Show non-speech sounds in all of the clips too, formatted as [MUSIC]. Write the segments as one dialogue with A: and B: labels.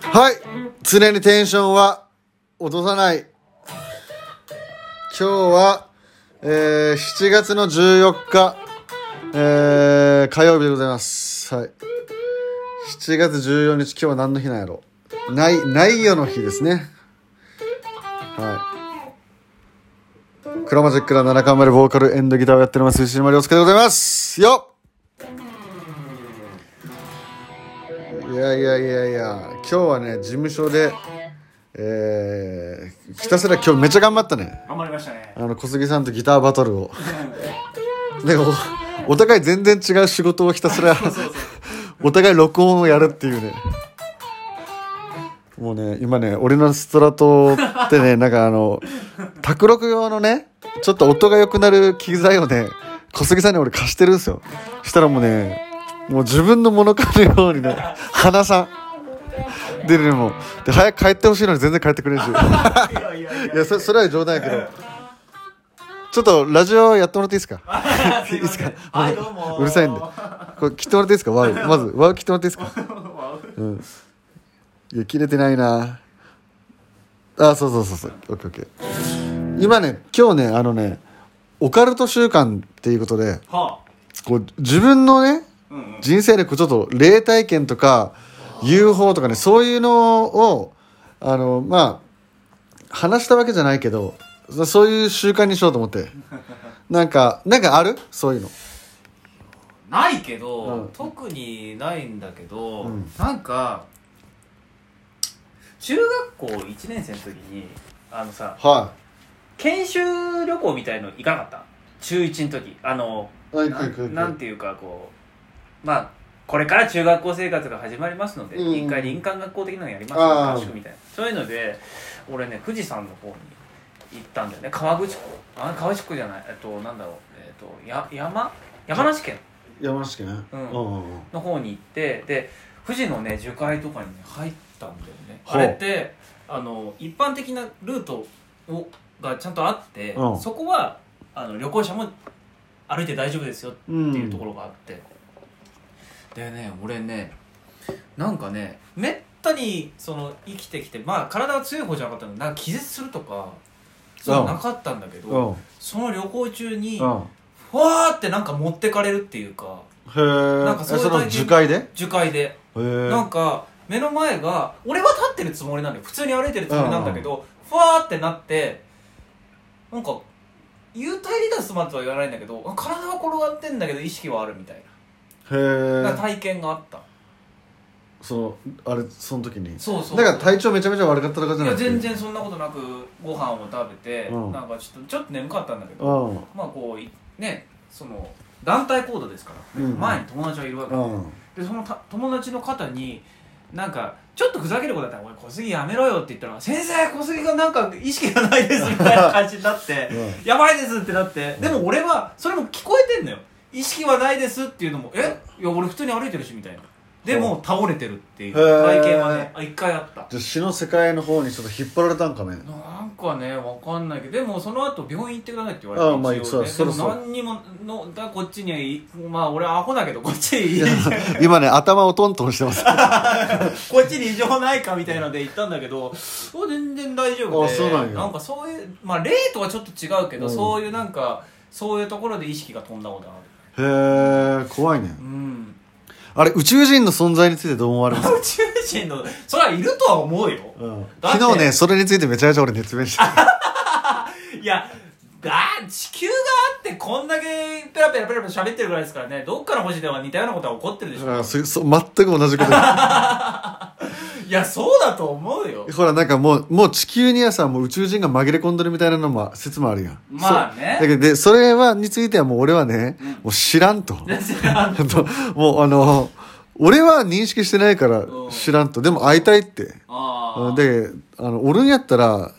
A: はい常にテンションは落とさない今日は、えー7月の14日、えー火曜日でございますはい7月14日今日は何の日なんやろないないよの日ですねはいクロマジックな七冠までボーカルエンドギターをやっております牛島亮介でございますよっいやいやいやいや今日はね事務所でえー、ひたすら今日めっちゃ頑張ったね
B: 頑張りましたね
A: あの小杉さんとギターバトルをなんかおお互い全然違う仕事をひたすらお互い録音をやるっていうねもうね今ね俺のストラトってねなんかあの卓録用のねちょっと音が良くなる機材をね小杉さんに俺貸してるんですよしたらもうねもう自分のものかのようにね鼻さんでねもうで早く帰ってほしいのに全然帰ってくれんし
B: いやいやい
A: いやそ [LAUGHS] それは冗談やけどちょっとラジオやってもらっていいですか
B: やすい
A: い
B: ま
A: です
B: せ
A: か
B: んはいどう
C: [LAUGHS]
B: も
A: うるさいんでこれ切ってもらっていいですかワウまずワウ切ってもらっていいですかうんいや切れてないなあそうそうそうそうオッケーオッケー今ね今日ねあのねオカルト週間っていうことで
B: は
A: こう自分のね
B: あうんうん
A: 人生でこうちょっと霊体験とか UFO とかねそういうのをあのまあ話したわけじゃないけどそそういう習慣にしようと思ってなんかなんかあるそういうの
C: ないけど、
A: うん
C: 特にないんだけど、
A: うん
C: なんか中学校1年生の時にあのさ
A: は
C: 研修旅行みたいの行かなかった中1の時あの
A: いはい
C: な
A: はいはい
C: んなんていうかこうまあこれから中学校生活が始まりますので、
A: うん
C: 一回林間学校的なのやります
A: ああ
C: 合宿みたいなそういうので俺ね富士山の方に行ったんだよね川口湖あ川口湖じゃないえっとなんだろう、えっと、や山山梨県
A: 山梨県ね
C: うん
A: うんうんうん
C: の方に行ってで富士のね樹海とかにね入ったんだよね
A: ほ
C: あ
A: う
C: れってあの一般的なルートをがちゃんとあって、
A: うん
C: そこはあの旅行者も歩いて大丈夫ですよっていうところがあって、でね俺ねなんかねめったにその生きてきてまあ体は強い方じゃなかったのなんか気絶するとかそういうのなかったんだけど、
A: うん
C: その旅行中に、
A: う
C: わ
A: ん
C: ーってなんか持ってかれるっていうか
A: へえ
C: なんかそういう
A: その
C: 体験
A: 樹海でへ
C: 樹海で
A: え
C: なんか目の前が俺は立ってるつもりなんだよ普通に歩いてるつもりなんだけどふわーってなってなんか幽体離脱までとは言わないんだけど体は転がってんだけど意識はあるみたい
A: へ
C: ななん
A: え
C: か体験があった
A: そのあれその時に
C: そうそう
A: だから体調めちゃめちゃ悪かったとかじゃ
C: い
A: な
C: や
A: くて
C: 全然そんなことなくご飯を食べて、
A: うん
C: なんかちょっとちょっと眠かったんだけど、
A: うん
C: まあこういねその団体行動ですから、
A: うん
C: 前に友達がいるわけ
A: う
C: で
A: ん
C: でそのた友達の方になんかちょっとふざけることだったら「俺小杉やめろよ」って言ったら「先生小杉がなんか意識がないです」みたいな感じになって「やばいです」ってなってでも俺はそれも聞こえてんのよ意識はないですっていうのも「えいや俺普通に歩いてるし」みたいなでも倒れてるっていう
A: へー
C: 体験はねあ一回あった
A: じゃあ死の世界の方にちょっと引っ張られたんかね
C: なんかねわかんないけどでもその後病院行ってくださいって言わ
A: ああまあ
C: れて一応ね
A: そうだ
C: で
A: そう
C: も
A: だ
C: 何にものだこっちにはいまあ俺アホだけどこっちにいい
A: 今ね頭をトントンしてますあ
C: [LAUGHS] こっちに異常ないかみたいので行ったんだけどそう全然大丈夫で
A: あそうなんや
C: かそういうまあ例とはちょっと違うけど、
A: うん
C: そういうなんかそういうところで意識が飛んだことある
A: へえ怖いね
C: うん
A: あれ宇宙人の存在についてどう思われますか、
C: 宇宙人のそれはいるとは思うよ
A: うん、
C: だって
A: 昨日ねそれについてめちゃめちゃ俺熱弁した
C: いやだ地球があってこんだけペラペラペラペラ喋ってるぐらいですからねどっかの星では似たようなことは起こってるでしょ、
A: あそそ全く同じこと
C: いやそうだと思うよ
A: ほらなんかもうもう地球にはさもう宇宙人が紛れ込んでるみたいなのも説もあるやん
C: まあ
A: そ
C: ね
A: うだけどでそれはについてはもう俺はね、もう [LAUGHS] 知らんと
C: あ
A: あの [LAUGHS] もうあの俺は認識してないから
C: うん
A: 知らんとでも会いたいって
C: あ
A: であの俺んやったら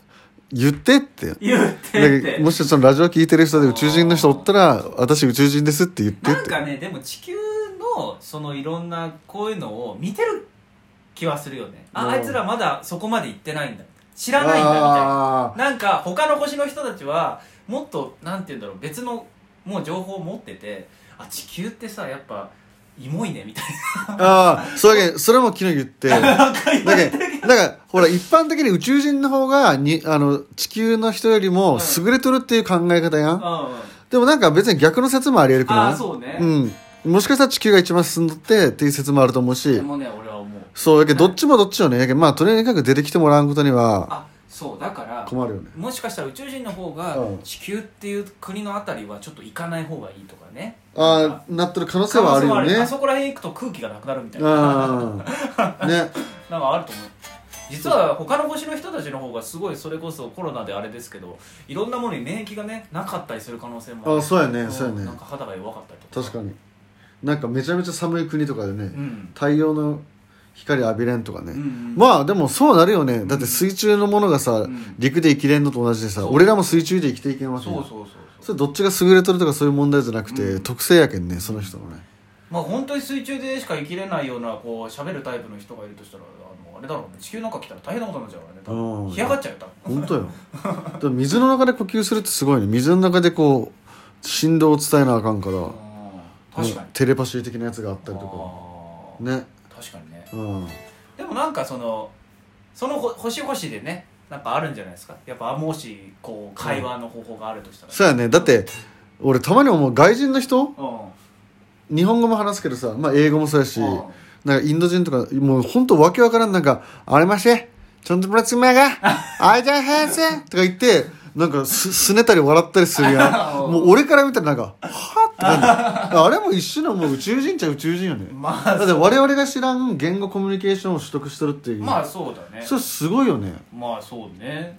A: 言ってって
C: 言ってって
A: でもしそのラジオ聞いてる人で宇宙人の人おったら「私宇宙人です」って言って
C: な
A: っ
C: ん
A: て
C: かねでも地球のそのいろんなこういうのを見てる気はするよね
A: うん
C: ああいつらまだそこまで行ってないんだ知
A: あ
C: らないんだみたいな
A: あ
C: なんか他の星の人たちはもっとなんて言うんだろう別のもう情報を持っててあ地球ってさやっぱイモいねみたい
A: ああそうだけどそれも昨日言って
C: [LAUGHS] ななんか言
A: だけどだからほら一般的に宇宙人の方がにあの地球の人よりも優れとるっていう考え方や [LAUGHS] ん、
C: う
A: でもなんか別に逆の説もありえるくない
C: あーそうね、
A: うん、もしかしたら地球が一番進んどってっていう説もあると思うんし
C: でもね俺は思う
A: そうやけどどっちもどっちよねやけどまあとにかく出てきてもらうことには
C: あそうだから
A: 困るよね
C: もしかしたら宇宙人の方が
A: うん
C: 地球っていう国のあたりはちょっと行かない方がいいとかね
A: ああなっとる可能性はあるよ
C: 可能性はあ
A: ね
C: あそこら辺行くと空気がなくなるみたいな
A: うんね
C: なんかあると思う実は他の星の人たちの方がすごいそれこそコロナであれですけどいろんなものに免疫がねなかったりする可能性も
A: あそうやね
C: ん
A: そうやね
C: なんか肌が弱かったりとか
A: 確かになんかめちゃめちゃ寒い国とかでね、
C: うん、
A: 太陽の光浴びれんとかね、
C: うんうん
A: まあでもそうなるよねだって水中のものがさ、
C: ん
A: 陸で生きれんのと同じでさ
C: そう
A: 俺らも水中で生きていけんわけ
C: そう
A: や
C: そうそうそう
A: それどっちが優れとるとかそういう問題じゃなくて、
C: うん
A: 特性やけんねその人のね
C: まあ本当に水中でしか生きれないようなこう喋るタイプの人がいるとしたらあのあれだろうね地球なんか来たら大変なことになっちゃうからね多
A: うん
C: 分干上がっちゃうよ多分
A: 本当よでも水の中で呼吸するってすごいね水の中でこう振動を伝えなあかんから、
C: うん確
A: う
C: か
A: ん
C: に
A: テレパシー的なやつがあったりとか
C: あー
A: ね
C: 確かにね
A: うん
C: でもなんかそのそのほ星々でねなんかあるんじゃないですかやっぱもしこう会話の方法があるとしたら、
A: そうやねだって俺たまに思う外人の人日本語も話すけどさ、まあ、英語もそうやし、
C: うん
A: なんかインド人とかもう本当わけわからんなんか「あれましてちょんとぶらつ
C: [LAUGHS]
A: めがあいじゃへんせ」とか言ってなんかすすねたり笑ったりするやん
C: [LAUGHS] うん
A: もう俺から見たらなんか「はってなんだあれも一種のもう宇宙人っちゃ宇宙人よね、
C: ま
A: だ
C: あ
A: って我々が知らん言語コミュニケーションを取得してるっていう、
C: まあそうだね
A: それすごいよね
C: まあそうね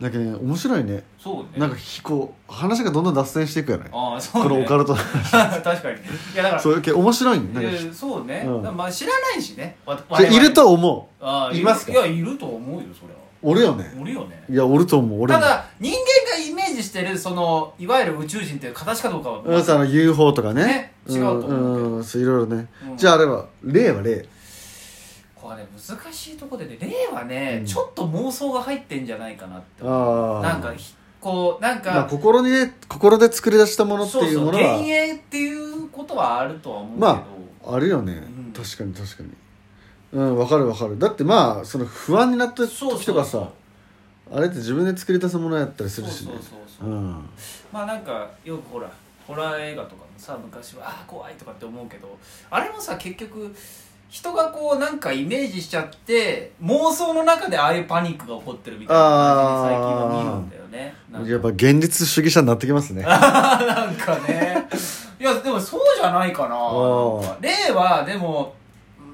A: だけどね面白いね
C: そうね
A: なんかひこう話がどんどん脱線していくよね
C: ああそ
A: こ
C: う
A: の
C: ね
A: オカルト
C: 確かにいやだから
A: そういう系面白いねなんか
C: えーそうね、
A: うん
C: だからまあ知らないしねわ
A: じゃあいると
C: 我
A: は
C: 々
A: 思う
C: ああ
A: いますか
C: いやいると思うよそれは
A: 俺よね
C: おるよね
A: いやおると思う俺
C: た
A: も
C: だ人間がイメージしてるそのいわゆる宇宙人っていう形かどうかは、
A: うんその UFO とかね
C: ね違うと思うけど
A: んんそういろいろね、
C: うん
A: じゃああれは例は例
C: これね難しいとこでね例はね、
A: うん
C: ちょっと妄想が入ってんじゃないかなって思う
A: ああ
C: なんかひこうなんか、
A: まあ、心にね心で作り出したものっていうもの
C: 幻
A: は
C: 影っていうことはあるとは思うけど、
A: まあるよね、
C: ん
A: 確かに確かにうんわかるわかるだってまあその不安になった
C: そうそう
A: 時とかさあれって自分で作り出すものやったりす
C: そう
A: る
C: そう
A: し
C: そう
A: ね
C: そう、
A: うん
C: まあなんかよくほらホラー映画とかもさ昔はああ怖いとかって思うけどあれもさ結局人がこうなんかイメージしちゃって妄想の中でああいうパニックが起こってるみたいな感じで最近は見るんだよねなんか
A: やっぱ現実主義者になってき
C: [LAUGHS]
A: ますね
C: なんかねいやでもそうじゃないかな
A: ー
C: なんか例はでも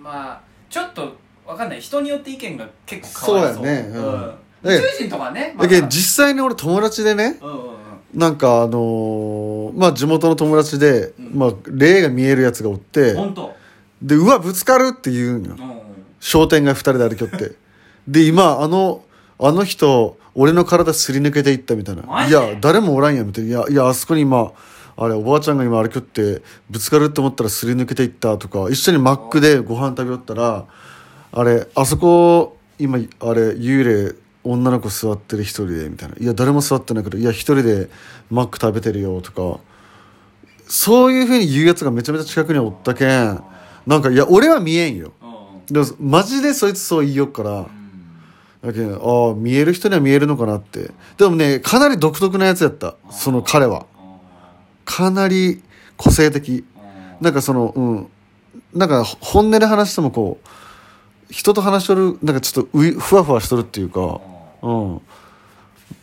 C: まあちょっとわかんない人によって意見が結構変わりそ
A: そ
C: う
A: うやねうん
C: うん宇宙人とかねま
A: だ
C: あ
A: けど実際に俺友達でね
C: うんうんうん
A: なんかあのーまあ地元の友達で、
C: うん
A: まあ霊が見えるやつがおって
C: 本当
A: でうわぶつかるって言うんよ
C: うんうん
A: 商店街二人で歩きよってで今あのあの人俺の体すり抜けていったみたいな
C: マ
A: い
C: ジで
A: や誰もおらんやみたいないやいやあそこに今あれおばあちゃんが今歩きよってぶつかるって思ったらすり抜けていったとか一緒にマックでご飯食べよったらあれあそこ今あれ幽霊女の子座ってる一人でみたいないや誰も座ってないけどいや一人でマック食べてるよとかそういうふうに言うやつがめちゃめちゃ近くにおったけんなんかいや俺は見えんよ
C: うん
A: でもマジでそいつそう言いよっから
C: うん
A: だけどああ見える人には見えるのかなってでもねかなり独特なやつやったその彼はかなり個性的なんかそのうんなんか本音で話してもこう人と話しとるなんかちょっとういふわふわしとるっていうかうん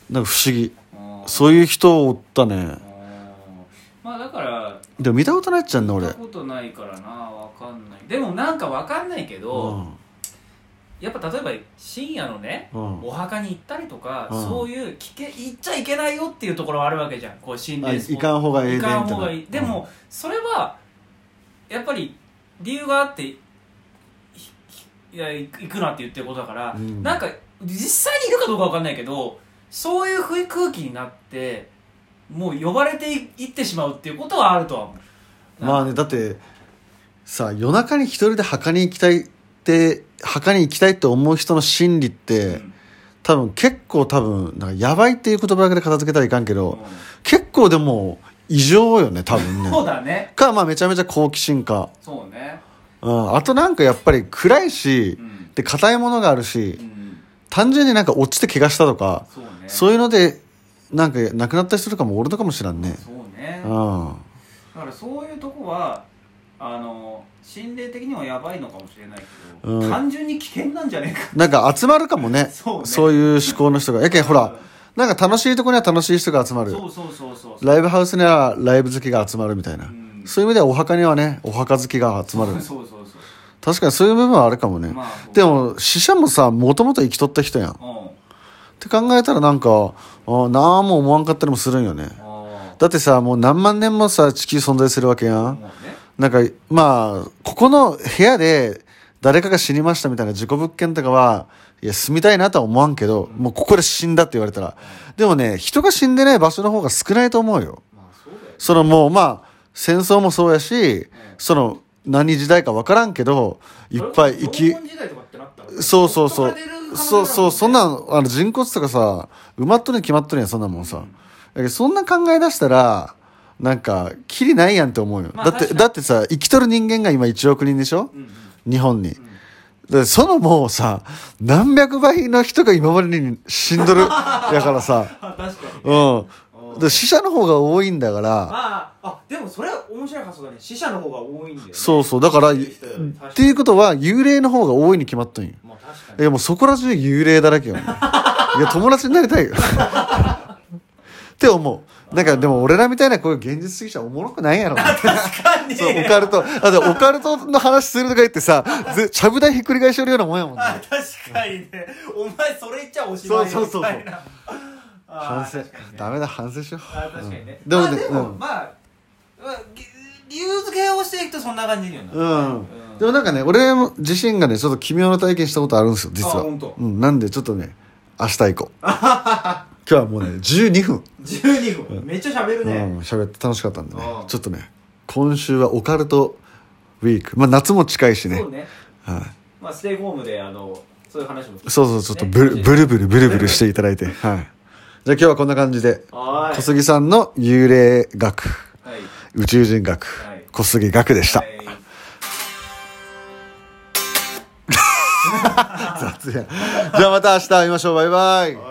A: なんか不思議そういう人をおったね
C: まあだから
A: でも見たことないっちゃんね
C: 見
A: 俺
C: たことないからなわかんないでもなんかわかんないけ
A: う
C: ど
A: ん
C: やっぱ例えば深夜のね
A: うん
C: お墓に行ったりとか、
A: うん
C: そういう聞け行っちゃいけないよっていうところはあるわけじゃんこう心
A: あ
C: 霊スポ
A: い
C: ッ
A: か
C: ト
A: ん方がええで
C: 行
A: みた
C: か
A: い
C: ん方がいい
A: な
C: でも、それはやっぱり理由があってひひいや行く行くなって言ってることだから、
A: うん
C: なんか実際にいるかどうかわかんないけどそういうふう空気になってもう呼ばれてい行ってしまうっていうことはあるとは思う
A: まあねだってさ夜中に一人で墓に行きたいって墓に行きたいって思う人の心理って、
C: うん
A: 多分結構多分なんかやばいっていう言葉だけで片付けたらいかんけど、
C: うん
A: 結構でも異常よね多分
C: [LAUGHS]
A: ね
C: そうだね
A: かまあめちゃめちゃ好奇心か、
C: そうね
A: うん、あとなんかやっぱり暗いし、
C: うん
A: で硬いものがあるし、
C: うん
A: 単純になんか落ちて怪我したとか
C: そうね
A: そういうのでなんか亡くなった人とかもおるのかもしらんね
C: そうね
A: うん
C: だからそういうとこはあの心霊的にはやばいのかもしれないけど、
A: うん
C: 単純に危険なんじゃねえか
A: なんか集まるかもね
C: そうね
A: いう思考の人がやけんほらなんか楽しいとこには楽しい人が集まる
C: そうそうそうそう
A: ライブハウスにはライブ好きが集まるみたいな、
C: ん
A: そういう意味ではお墓にはねお墓好きが集まる
C: そうそうそう
A: 確かにそういう部分はあるかもね、
C: まあ
A: [LAUGHS] でも死者もさもともと生きとった人やんっ
C: うん
A: て考えたらなんかあなんも思わんかったりもするんよね
C: あ
A: だってさもう何万年もさ地球存在するわけや
C: あ
A: ん
C: もうね
A: なんかまあここの部屋で誰かが死にましたみたいな事故物件とかはいや住みたいなとは思わんけど、もうここで死んだって言われたら、でもね人が死んでない場所の方が少ないと思うよ、
C: まあそうだよ
A: そのもうまあ戦争もそうやし、その何時代か分からんけどいっぱい生き
C: 縄文時代とかってなったら
A: そうそうそう
C: 元が出る可能性あるもんね
A: そうそうそんなんあの人骨とかさ埋まっとるに決まっとるやんそんなもんさ、だけどそんな考え出したらなんかキリないやんって思うよ、
C: ま
A: だ
C: あ
A: っ
C: 確
A: て
C: かに
A: だってさ生きとる人間が今1億人でしょ、
C: うんうん
A: 日本に、でそのもうさ何百倍の人が今までに死んどる [LAUGHS] やからさ
C: あ確かに
A: うんで死者の方が多いんだから
C: まああでもそれは面白い発想だね死者の方が多いんだよ、ね、
A: そうそう。だから、
C: う
A: っ
C: ん確かに
A: ていうことは、幽霊の方が多いに決まったんよ。
C: まあ確かに
A: いや、もうそこら中幽霊だらけよ。いや、友達になりたいよ。って思う。なんか、でも俺らみたいなこういう現実主義者おもろくないやろ。
C: 確かに
A: そう、オカルト。あ、でもオカルトの話するとか言ってさ、ずちゃぶ台ひっくり返しよるようなもんやもんね。
C: あ確かにねお前それ言っちゃおし
A: そ
C: ま
A: う
C: い
A: そう
C: よ
A: そ
C: み
A: う
C: たいなあ
A: 反
C: ー
A: 省
C: 確かに。ね
A: ダメだ、反省しよう。
C: あ確かにね、
A: うんでもね
C: まあ、でも、
A: うん
C: まあまあぎ理由付けをしていくとそんな感じにはなる
A: うん
C: う。ん
A: でもなんかね、俺も自身がね、ちょっと奇妙な体験したことあるんですよ、実
C: あ
A: は。
C: 本当
A: うん、なんでちょっとね、明日行
C: [LAUGHS]
A: こう。今日はもうね、12分。
C: 12分めっちゃ喋る
A: う
C: ね
A: ん、喋って楽しかったんでね
C: うん
A: ちょっとね今週はオカルトウィークまあ夏も近いしね
C: そうね
A: はい
C: まあステイホームであのそういう話も
A: そうそうちょっとブル,、ブルブルブルブルしていただいてはいじゃあ今日はこんな感じで
C: はーい
A: 小杉さんの幽霊学
C: はい
A: 宇宙人学、
C: はい
A: 小杉学でした、 [LAUGHS]
C: はい
A: 雑やじゃあまた明日会いましょうバイバイ
C: はい